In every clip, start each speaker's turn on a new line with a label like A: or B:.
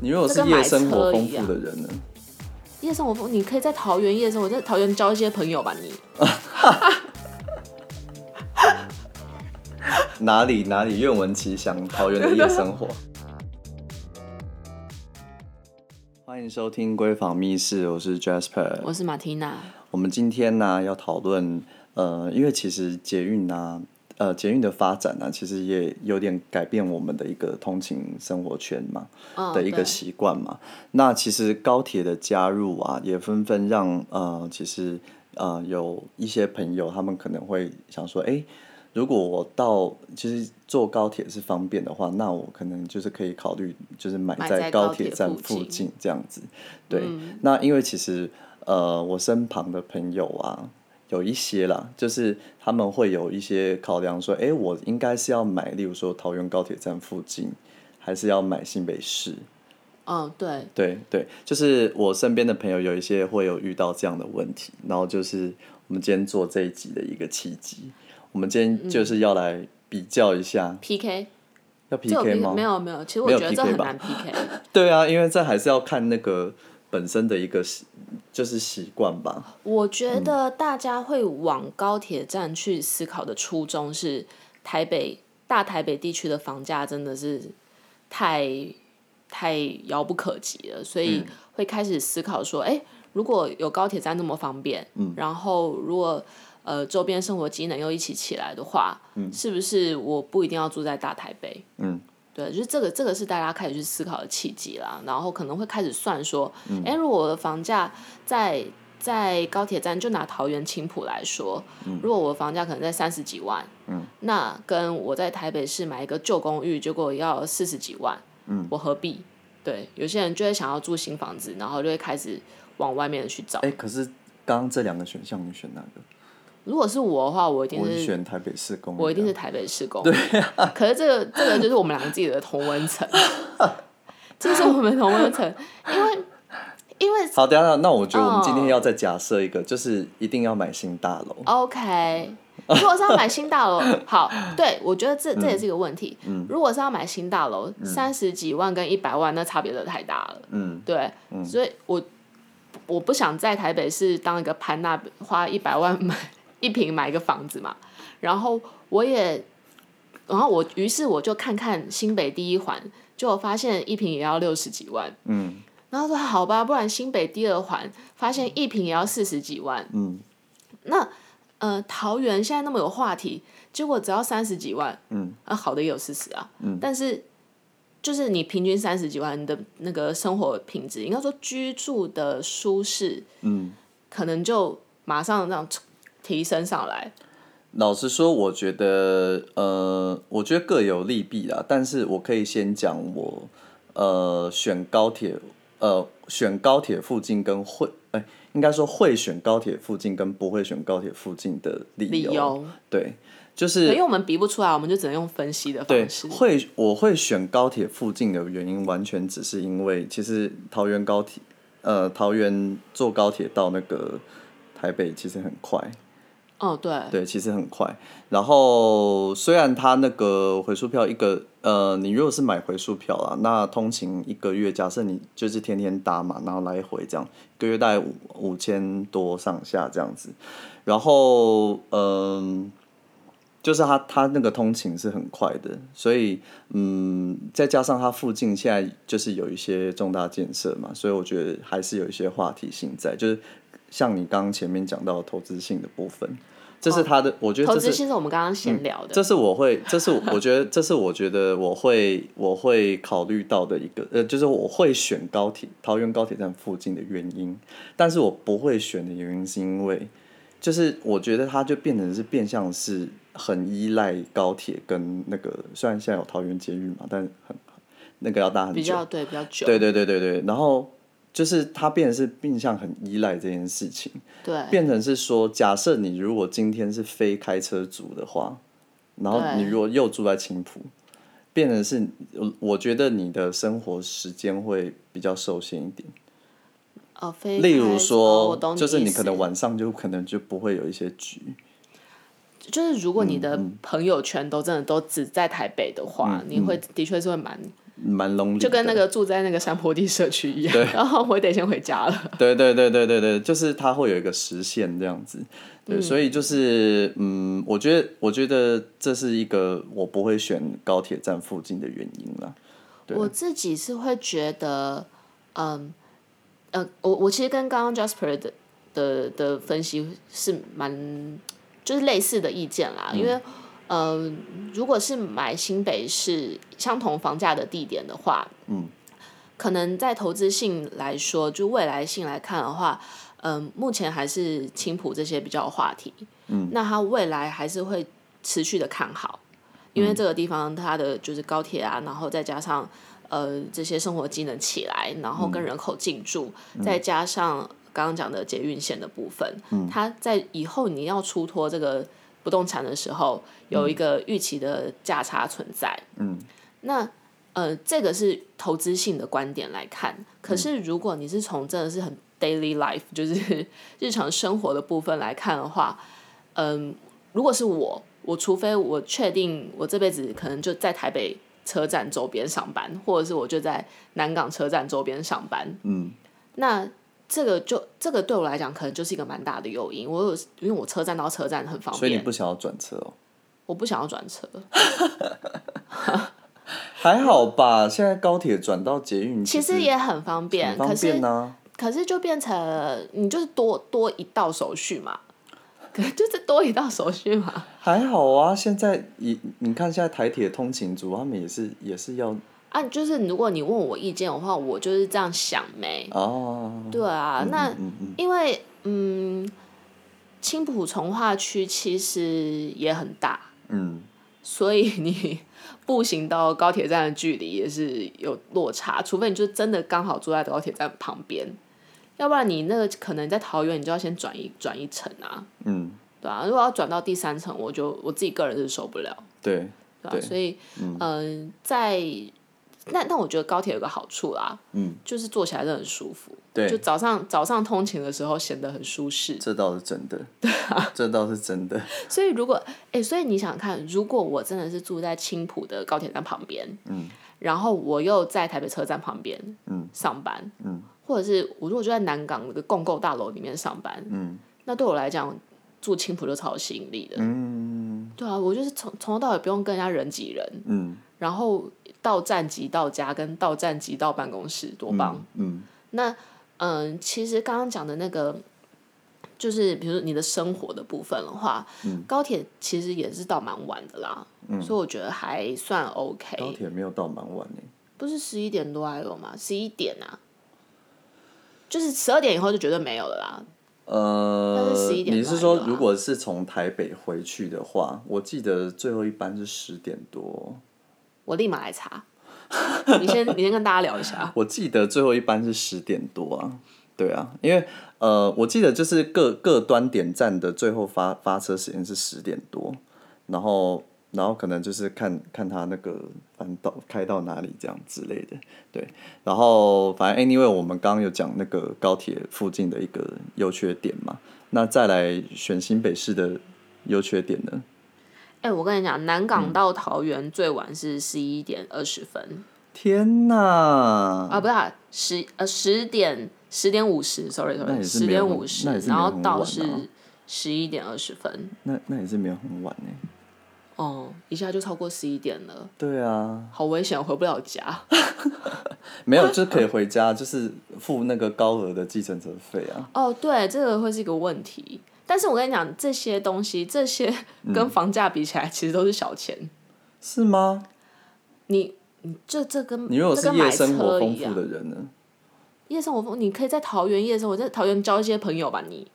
A: 你如果是夜生活丰富的人呢？
B: 夜生活风，你可以在桃园夜生活，在桃园交一些朋友吧。你
A: 哪里哪里愿闻其详，桃园的夜生活。 欢迎收听《闺房密室》，我是 Jasper。
B: 我是马缇娜，
A: 我们今天呢要讨论，呃，因为其实捷运呢、呃，捷运的发展呢、其实也有点改变我们的一个通勤生活圈嘛。
B: 嗯，
A: 的一个
B: 对
A: 习惯嘛。那其实高铁的加入啊，也纷纷让呃，其实呃有一些朋友他们可能会想说，诶，如果我到其实坐高铁是方便的话，那我可能就是可以考虑就是买
B: 买
A: 在
B: 在
A: 高
B: 高
A: 铁
B: 铁
A: 站
B: 附
A: 附
B: 近
A: 近嗯这样子。对，那因为其实呃我身旁的朋友啊。有一些啦，就是他们会有一些考量，说，诶，我应该是要买，例如说桃园高铁站附近，还是要买新北市。
B: 嗯，对，
A: 对对，就是我身边的朋友有一些会有遇到这样的问题，然后就是我们今天做这一集的一个契机，我们今
B: 嗯
A: 天就是要来比较一下，
B: PK，
A: 要
B: 这有
A: PK 吗
B: 没？有没有，其实我
A: 没有
B: 觉得这
A: PK
B: 很
A: 吧
B: 难 PK，
A: 对啊，因为这还是要看那个本身的一个习就是习惯吧。
B: 我觉得
A: 嗯
B: 大家会往高铁站去思考的初衷是，台北大台北地区的房价真的是太太遥不可及了，所
A: 嗯
B: 以会开始思考说，哎、如果有高铁站那么方便，
A: 嗯
B: 然后如果呃周边生活机能又一起起来的话，是不是我不一定要住在大台北？
A: 嗯，
B: 对，就是这个，这个是大家开始去思考的契机啦。然后可能会开始算说，
A: 嗯
B: 哎、如果我的房价在在高铁站，就拿桃园青浦来说，
A: 嗯
B: 如果我的房价可能在三十几万，那跟我在台北市买一个旧公寓，结果要四十几万，
A: 嗯
B: 我何必？对，有些人就会想要住新房子，然后就会开始往外面去找。
A: 哎、可是刚刚这两个选项你选哪个？
B: 如果是我的话，我一定
A: 我是
B: 是
A: 选台北市公寓啊，
B: 嗯我一定是台北市工。对、可是这个这个就是我们两个自己的同温层，这是我们同温层，因为因为
A: 好，等一下，那我觉得我们今天
B: 哦
A: 要再假设一个，就是一定要买新大楼。
B: OK，如果是要买新 大楼，好，对我觉得这
A: 嗯
B: 这也是一个问题。如果是要买新大楼，三十几万跟一百万那差别的太大了。
A: 嗯，
B: 对，所以我我不想在台北市当一个潘娜，花一百万买 一平买一个房子嘛。然后我也，然后我于是我就看看新北第一环，就我发现一平也要六十几万。
A: 嗯
B: 然后说好吧，不然新北第二环发现一平也要四十几万。
A: 嗯，
B: 那呃，桃园现在那么有话题，结果只要三十几万，嗯，啊，好的也有四十啊，嗯，但是就是你平均三十几万，你的那个生活品质，应该说居住的舒适，
A: 嗯，
B: 可能就马上这样提升上来，
A: 老实说，我觉得，呃，我觉得各有利弊啦。但是我可以先讲我，呃，选高铁，呃，选高铁附近跟会，哎、应该说会选高铁附近跟不会选高铁附近的
B: 理
A: 理由。
B: 由，
A: 对，就
B: 对
A: 是
B: 因为我们比不出来，我们就只能用分析的
A: 对
B: 方式，，
A: 会我会选高铁附近的原因，完全只是因为其实桃园高铁，呃，桃园坐高铁到那个台北其实很快。
B: 哦，对，
A: 对，其实很快。然后虽然它那个回数票一个，呃，你如果是买回数票啦，那通勤一个月，假设你就是天天搭嘛，然后来回这样，一个月大概五五千多上下这样子。然后，嗯、就是它它那个通勤是很快的，所以嗯，再加上它附近现在就是有一些重大建设嘛，所以我觉得还是有一些话题性在，就是像你刚刚前面讲到的投资性的部分，这是它的，我觉得
B: 哦投
A: 这
B: 资
A: 是嗯
B: 先生我们刚刚闲聊的，
A: 这是我会，这是我我觉得，这是我觉得我会我会考虑到的一个，呃，就是我会选高铁桃园高铁站附近的原因，但是我不会选的原因是因为，就是我觉得它就变成是变相是很依赖高铁跟那个，虽然现在有桃园捷运嘛，但很那个要搭很
B: 比
A: 久，
B: 较对比较久，
A: 对对对对对，然后就是它变成是变相很依赖这件事情。
B: 对，
A: 变成是说，假设你如果今天是非开车族的话，然后你
B: 对
A: 如果又住在青浦，变成是，我我觉得你的生活时间会比较受限一点。
B: 哦，非
A: 例如
B: 开哦
A: 说
B: 我，懂
A: 就是你
B: 意
A: 可
B: 思
A: 能晚上就可能就不会有一些局，
B: 就是如果你的朋友圈都真的都只在台北的话，你会的确是会蛮
A: 蛮 lonely，
B: 就跟那
A: 的
B: 个住在那个山坡地社区一样， 然后我得先回家了。
A: 对对对对对对，就是它会有一个时限这样子。对，
B: 嗯
A: 所以就是嗯，我觉得我觉得这是一个我不会选高铁站附近的原因啦。
B: 我自己是会觉得，嗯，呃，我我其实跟刚刚 Jasper 的的的分析是蛮就是类似的意见啦，因为呃，如果是买新北市相同房价的地点的话，嗯，可能在投资性来说，就未来性来看的话，嗯、目前还是青浦这些比较有话题，嗯，那它未来还是会持续的看好。因为这个地方它的就是高铁啊，然后再加上呃这些生活机能起来，然后跟人口进驻，再加上刚刚讲的捷运线的部分，它在以后你要出脱这个不动产的时候，有一个预期的价差存在。
A: 嗯，
B: 那呃这个是投资性的观点来看，可是
A: 嗯
B: 如果你是从真的是很 daily life，就是 日常生活的部分来看的话，嗯，如果是我，我除非我确定我这辈子可能就在台北车站周边上班，或者是我就在南港车站周边上班，
A: 嗯，
B: 那这个就这个对我来讲可能就是一个蛮大的诱因。我有因为我车站到车站很方
A: 所以你
B: 便，
A: 不想要转车哦？
B: 我不想要转车。
A: 还好吧，现在高铁转到捷运
B: 其实也很方便，
A: 很方
B: 可
A: 便啊
B: 是
A: 呐、
B: 可是就变成你就是多多一道手续嘛，可就是多一道手续嘛。
A: 还好啊。现在你你看，现在台铁通勤族他们也是也是要
B: 啊，就是如果你问我意见的话，我就是这样想没。
A: 哦，
B: 对啊，那
A: 嗯嗯
B: 因为嗯，青浦从化区其实也很大，
A: 嗯，
B: 所以你 步行到高铁站的距离也是有落差，除非你就真的刚好住在高铁站旁边，要不然你那个可能在桃园，你就要先转一转一层啊，
A: 嗯，
B: 对啊，如果要转到第三层，我就我自己个人是受不了。
A: 对，
B: 对吧、
A: 对
B: 所以，嗯、在那那我觉得高铁有个好处啦，
A: 嗯，
B: 就是坐起来真的很舒服，
A: 对
B: 就早上早上通勤的时候显得很舒适。
A: 这倒是真的，这倒是真的，
B: 所以如果哎、所以你想看，如果我真的是住在青浦的高铁站旁边，嗯，然后我又在台北车站旁边，嗯，上班，嗯，或者是我如果就在南港那个共购大楼里面上班，
A: 嗯，
B: 那对我来讲住青浦就超有吸引力的，
A: 嗯
B: 对啊，我就是从从头到尾不用跟人家人挤人，
A: 嗯
B: 然后到站即到家，跟到站即到办公室，多棒！
A: 嗯
B: 那嗯，其实刚刚讲的那个，就是比如说你的生活的部分的话，
A: 嗯
B: 高铁其实也是到蛮晚的啦，所以我觉得还算
A: 高
B: OK。
A: 铁没有到欸蛮晚呢。
B: 不是十一点多还有吗？十一点啊，就是十二点以后就绝对没有了啦。
A: 呃
B: 但是11，点
A: 你是说
B: 半有啊
A: 如果是从台北回去的话，我记得最后一班是十点多，
B: 我立马来 查，你先你先跟大家聊一下。
A: 我记得最后一班是十点多啊，对啊，因为呃，我记得就是各各端点站的最后发发车时间是十点多，然后然后可能就是看看他那个翻到开到哪里这样之类的，对，然后反正 anyway 我们刚刚有讲那个高铁附近的一个优缺点嘛，那再来选新北市的优缺点呢？
B: 哎、我跟你讲，南港到桃园最晚是十一点二十分。
A: 天呐！
B: 啊，不是啊十呃十点十点五十，sorry
A: 那
B: sorry，
A: 也
B: 十
A: 是没
B: 点
A: 有
B: 五
A: 很
B: 十
A: 那也，是没
B: 然
A: 有
B: 后
A: 很
B: 到
A: 晚
B: 是
A: 啊
B: 十一点二十分，
A: 那那也是没有很晚呢。
B: 哦，一下就超过十一点了，
A: 对啊，
B: 好危险，回不了家。
A: 没有，就是可以回家，就是付那个高额的计程车费啊。
B: 哦，对，这个会是一个问题。但是我跟你讲，这些东西，这些
A: 嗯
B: 跟房价比起来，其实都是小钱。
A: 是吗？
B: 你你这这跟
A: 你如果
B: 这
A: 是
B: 跟
A: 夜
B: 买
A: 生活
B: 车
A: 丰
B: 一
A: 富
B: 样，
A: 的人呢？
B: 夜生活丰，你可以在桃园夜生活，在桃园交一些朋友吧，你。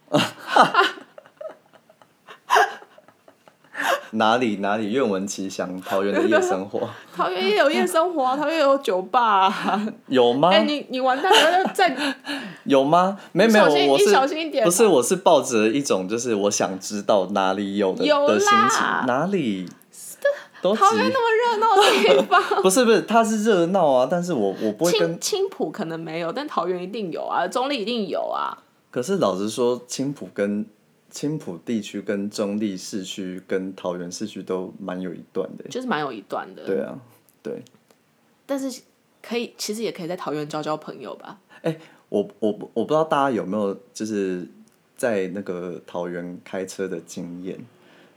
A: 哪里哪里愿闻其详，桃园的夜生 活
B: 桃园也有夜生活、啊，桃园也有酒吧、啊。
A: 有吗
B: 哎、？你你完蛋了， 在
A: 有吗？哎没没有，
B: 小心
A: 我
B: 你
A: 是
B: 小心一点
A: 不是
B: 吧
A: 我是抱着一种就是我想知道哪里有的
B: 有
A: 的心情
B: 啦，
A: 哪里都急
B: 桃园那么 热闹的地方，
A: 不是不是，它是热闹啊，但是我我不会
B: 青
A: 跟。
B: 青浦可能没有，但桃园一定有啊，中立一定有啊。
A: 可是老实说，青浦跟青浦地区跟中立市区跟桃园市区都蛮有一段的欸。
B: 就是蛮有一段的。
A: 对啊，对，
B: 但是可以，其实也可以在桃园交交朋友吧。
A: 我我不我不知道大家有没有就是在那个桃园开车的经验，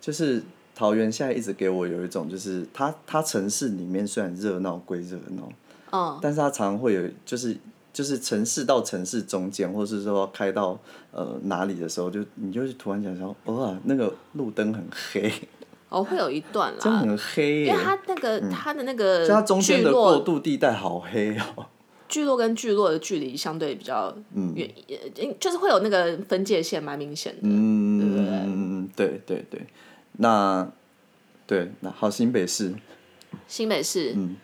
A: 就是桃园现在一直给我有一种就是它它城市里面虽然热闹归热闹，
B: 嗯，
A: 但是它常常会有就是就是城市到城市中间，或是说开到呃哪里的时候，就你就是突然想说，哇，那个路灯很黑，
B: 哦，会有一段
A: 真的
B: 啦，
A: 很嗯黑耶、
B: 因为它那个它的那个
A: 就它中间
B: 聚
A: 的过
B: 落
A: 渡地带好黑哦、
B: 聚落跟聚落的距离相对比较远，呃就是会有那个分界线蛮明显的。
A: 嗯
B: 对不对
A: 嗯，对对对，那对那好新北市，
B: 新北市
A: 嗯，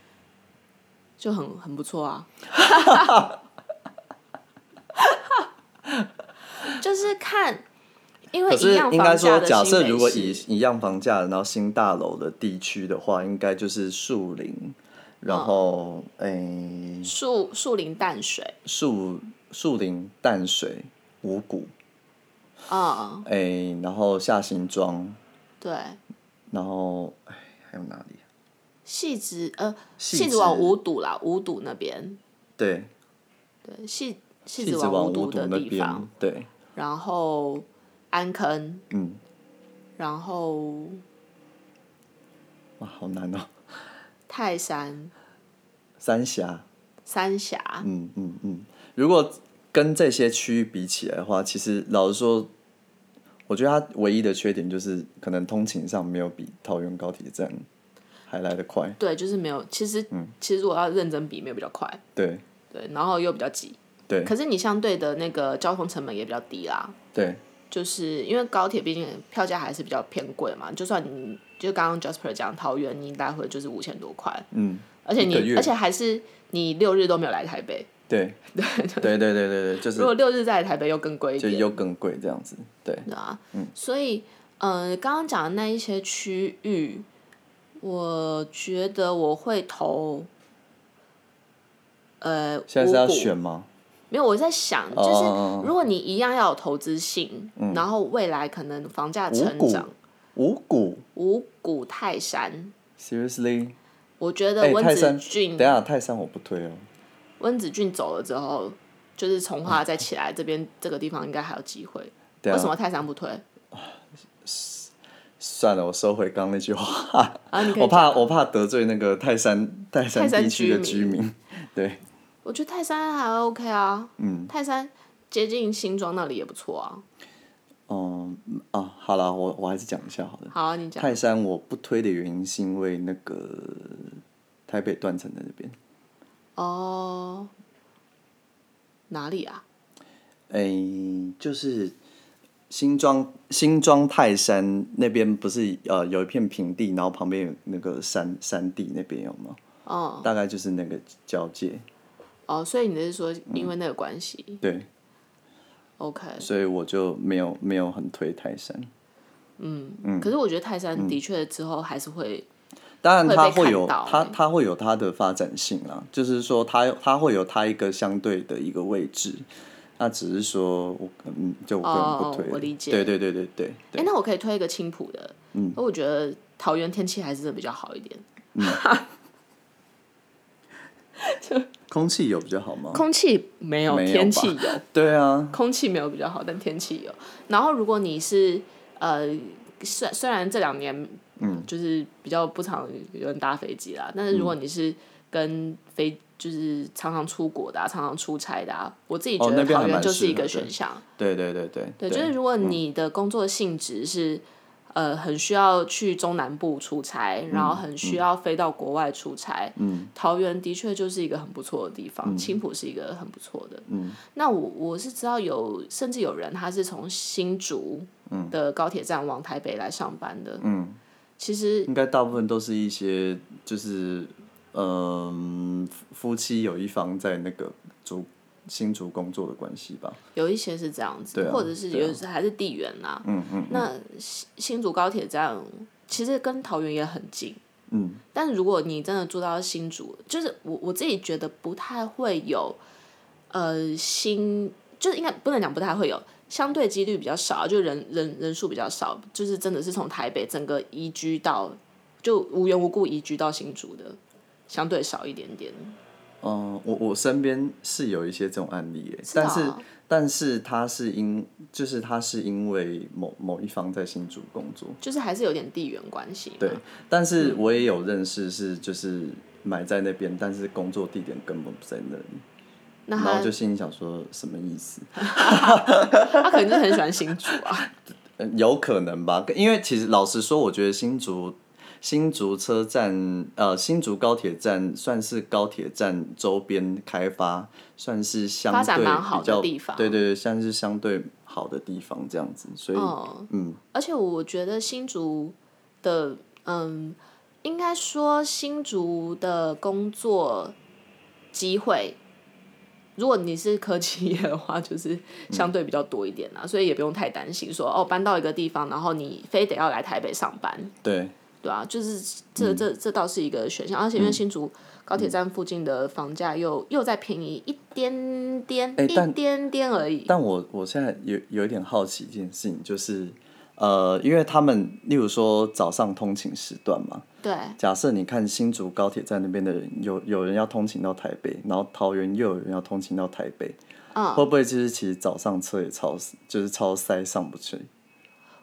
B: 就很很不 错啊，就是看，因为
A: 可是
B: 一样
A: 应该
B: 房价
A: 说，
B: 的
A: 假
B: 新
A: 设
B: 北
A: 如果
B: 市
A: 以一样房价，然后新大楼的地区的话，应该就是树林，然
B: 哦
A: 后诶
B: 树树林淡水
A: 树树林、淡水、五股，
B: 啊、嗯，
A: 诶，然后下行庄，
B: 对，
A: 然后哎还有哪里？
B: 戏子呃，
A: 戏
B: 戏子
A: 子
B: 往五堵啦，五堵那边，
A: 对，
B: 对，戏戏
A: 一
B: 子
A: 直
B: 往
A: 往
B: 五
A: 五
B: 堵
A: 堵
B: 的
A: 那
B: 地方
A: 边，，对，
B: 然后安坑，
A: 嗯，
B: 然后
A: 哇，好难哦，
B: 泰山、
A: 三峡。
B: 三峡，
A: 嗯嗯嗯，如果跟这些区域比起来的话，其实老实说，我觉得它唯一的缺点就是可能通勤上没有比桃园高铁站还来得快。
B: 对，就是没有，其实、
A: 嗯
B: 其实如果要认真比，没有比较快，
A: 对
B: 对，然后又比较挤，
A: 对
B: 可是你相对的那个交通成本也比较低啦，
A: 对，
B: 就是因为高铁毕竟票价还是比较偏贵嘛，就算你就刚刚 Jasper 讲桃园，你来回就是五千多块，
A: 嗯，
B: 而且
A: 一个
B: 你
A: 月
B: 而且还是你六日都没有来台北，
A: 对对对对对对，就是
B: 如果六日在台北又更贵一
A: 就
B: 点，
A: 又更贵这样子。对，
B: 对啊，
A: 嗯
B: 所以呃，刚刚讲的那一些区域，我觉得我会投。呃，
A: 现在是要
B: 五股
A: 选 吗？
B: 没有，我在想，就
A: 哦嗯
B: 是如果你一样要有投资性，然后未来可能房价成长，
A: 五股
B: 五股泰山，
A: ，seriously？
B: 我觉
A: 哎
B: 得，温
A: 泰
B: 子
A: 山，
B: 俊
A: 等一，下泰山我不推哦。
B: 温、子俊走了之后，就是从化再起来，这边这个地方应该还有机会。
A: 对啊
B: 为什么泰山不推？
A: 算了，我收回刚刚那句话，
B: 啊，你可以
A: 我
B: 讲
A: 怕我怕得罪那个泰山泰山
B: 泰山
A: 地区的
B: 居
A: 居民。对，
B: 我觉得泰山还 OK 啊，嗯，泰山接近新庄那里也不错啊。
A: 嗯啊，好了，我我还是讲一下好了。
B: 好啊，你讲
A: 泰山我不推的原因是因为那个台北断层的那边，
B: 哦，哪里啊？
A: 哎、就是新庄新庄泰山那边不是呃有一片平地，然后旁边有那个山山地那边有吗？
B: 哦
A: 大概就是那个交界，
B: 哦，所以你是说
A: 嗯
B: 因为那个关系、
A: 对，
B: o k
A: 所以我就没有没有很推泰山。嗯
B: 可是我觉得泰山的确之后还是会，
A: 当然，它会
B: 会被看
A: 有
B: 到
A: 它
B: 欸
A: 它会有它的发展性啦，就是说它它会有它一个相对的一个位置，那只是说我嗯，就我个人
B: 哦
A: 不推了、
B: 我理解
A: 对对对对对
B: 哎、那我可以推一个青浦的，嗯，我觉得桃园天气还是真的比较好一点，
A: 空气有比较好吗？
B: 空气没有，
A: 哦没有
B: 天
A: 吧
B: 气有，
A: 对啊，
B: 空气没有比较好，但天气有。然后如果你是呃，虽虽然这两年嗯，就是比较不常有人搭飞机啦，但是如果你是跟飞就是常常出国的、啊、常常出差的、啊，我自己觉
A: 哦那
B: 得
A: 边
B: 桃
A: 还
B: 园
A: 蛮
B: 就是一
A: 适合
B: 个
A: 的
B: 选项。
A: 对对对对
B: 对，就是如果你的工作性质是、呃很需要去中南部出差，然后很需要飞到国外出差，嗯，桃园的确就是一个很不错的地方，青浦是一个很不错的，嗯，那我我是知道有甚至有人他是从新竹的高铁站往台北来上班的，嗯，其实
A: 应该大部分都是一些就是嗯、夫妻有一方在那个主新竹工作的关系吧。
B: 有一些是这样子，
A: 对啊
B: 或者是
A: 对啊
B: 有时还是地缘啦、嗯嗯。那新新竹高铁站其实跟桃园也很近。嗯。但如果你真的住到新竹，就是我我自己觉得不太会有，呃，新就是应该不能讲不太会有，相对几率比较少，就人人人数比较少，就是真的是从台北整个移居到就无缘无故移居到新竹的，相对少一点点。
A: 嗯，我我身边是有一些这种案例耶，
B: 是
A: 但是
B: 啊
A: 但是他是因就是他是因为某某一方在新竹工作，
B: 就是还是有点地缘关系嘛。
A: 对，但
B: 嗯
A: 是我也有认识是就是买在那边，但是工作地点根本不在那里，
B: 那
A: 然后就
B: 他
A: 心里想说什么意思？
B: 他可能就很喜欢新竹啊，
A: 呃有可能吧，因为其实老实说，我觉得新竹新竹车站呃新竹高铁站算是高铁站周边开发，算是相
B: 发
A: 对
B: 展蛮好
A: 比
B: 的
A: 较
B: 地方
A: 对对对，算是相对好的地方这样子，所以、
B: 嗯，
A: 嗯
B: 而且我觉得新竹的，嗯，应该说新竹的工作机会，如果你是科技业的话，就是相对比较多一点啦， 所以也不用太担心说哦，搬到一个地方，然后你非得要来台北上班，
A: 对
B: 对啊，就是这
A: 嗯
B: 这这倒是一个选项，而且因为新竹高铁站附近的房价又又再便宜一点点，
A: 哎但
B: 一点点而已，
A: 但我我现在有有一点好奇一件事情，就是呃，因为他们例如说早上通勤时段嘛，
B: 对，
A: 假设你看新竹高铁站那边的人，有有人要通勤到台北，然后桃园又有人要通勤到台北，
B: 嗯，
A: 会不会就是其实早上车也超就是超塞上不去？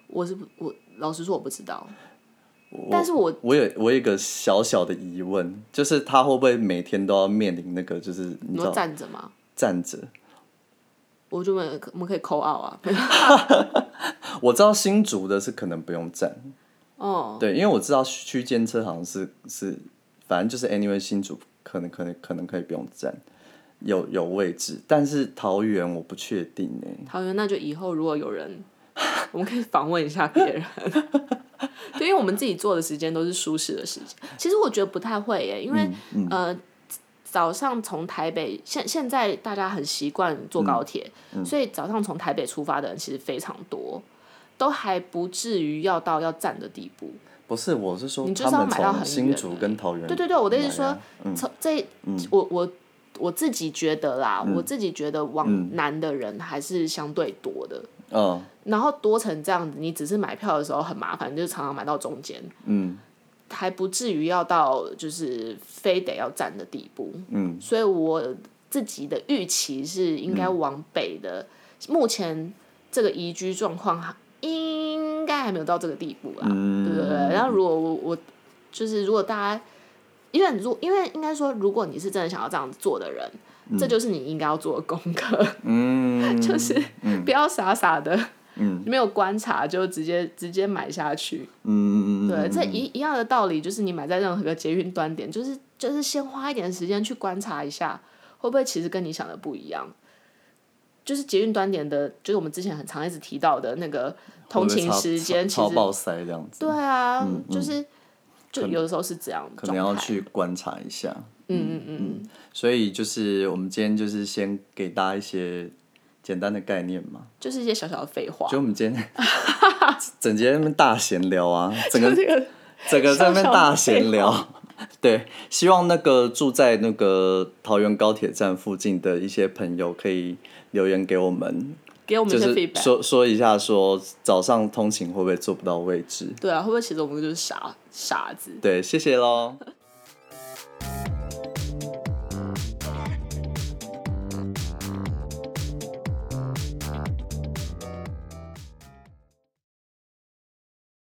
B: 我是不我老实说我不知道。
A: 我
B: 但是我
A: 我有我有一个小小的疑问，就是他会不会每天都要面临那个就是你
B: 你
A: 知
B: 说
A: 道
B: 站着吗？
A: 站着？
B: 我就问，我们可以扣 out 啊。
A: 我知道新竹的是可能不用站，
B: 哦，
A: 对，因为我知道区间车好像是是，反正就是 anyway 新竹可能可能可能可以不用站，有有位置，但是桃园我不确定哎、
B: 桃园，那就以后如果有人， 我们可以访问一下别人。 对，因为我们自己做的时间都是舒适的时间。其实我觉得不太会耶，因为、
A: 嗯
B: 呃，早上从台北，现现在大家很习惯坐高铁，
A: 嗯
B: 所以早上从台北出发的人其实非常多，都还不至于要到要站的地步。
A: 不是，我是说
B: 你就是
A: 他
B: 要
A: 们
B: 买到
A: 从
B: 很
A: 新
B: 远
A: 竹
B: 的
A: 跟桃园，
B: 对对对，我的意思
A: 来
B: 说
A: 啊，
B: 从、这，我我我自己觉得啦，我自己觉得往南的人还是相对多的。
A: 嗯
B: 然后多成这样子，你只是买票的时候很麻烦，就是常常买到中间，
A: 嗯
B: 还不至于要到就是非得要站的地步。
A: 嗯，
B: 所以我自己的预期是应该往北的。目前这个宜居状况还应该还没有到这个地步啦，
A: 嗯
B: 对对对。然后如果我我就是如果大家，因为如因为应该说，如果你是真的想要这样做的人，这就是你应该要做的功课，
A: 嗯，
B: 就是不要傻傻的。没有观察就直接直接买下去，
A: 嗯嗯嗯，
B: 对，这一一样的道理，就是你买在任何一个捷运端点，就是就是先花一点时间去观察一下，会不会其实跟你想的不一样。就是捷运端点的，就是我们之前很常一直提到的那个
A: 会
B: 通
A: 不会
B: 勤
A: 超
B: 时间，其
A: 超超
B: 实
A: 爆嗯塞这样子，
B: 对啊，就是就有的时候是这样的
A: 可能
B: 状
A: 要
B: 态。
A: 去观察一下。
B: 嗯嗯嗯，
A: 所以就是我们今天就是先给大家一些简单的概念嘛，
B: 就是一些小小的废话，
A: 就我们今天 整节在那边大闲聊啊，整 个
B: 这个
A: 整个在那边大
B: 小
A: 闲
B: 小废
A: 聊。对，希望那个住在那个桃园高铁站附近的一些朋友可以留言给我们，
B: 给我们
A: 就
B: 一些
A: 是
B: feedback。
A: 说说一下说早上通勤会不会坐不到位置？
B: 对啊，会不会其实我们就是傻傻子？
A: 对，谢谢喽。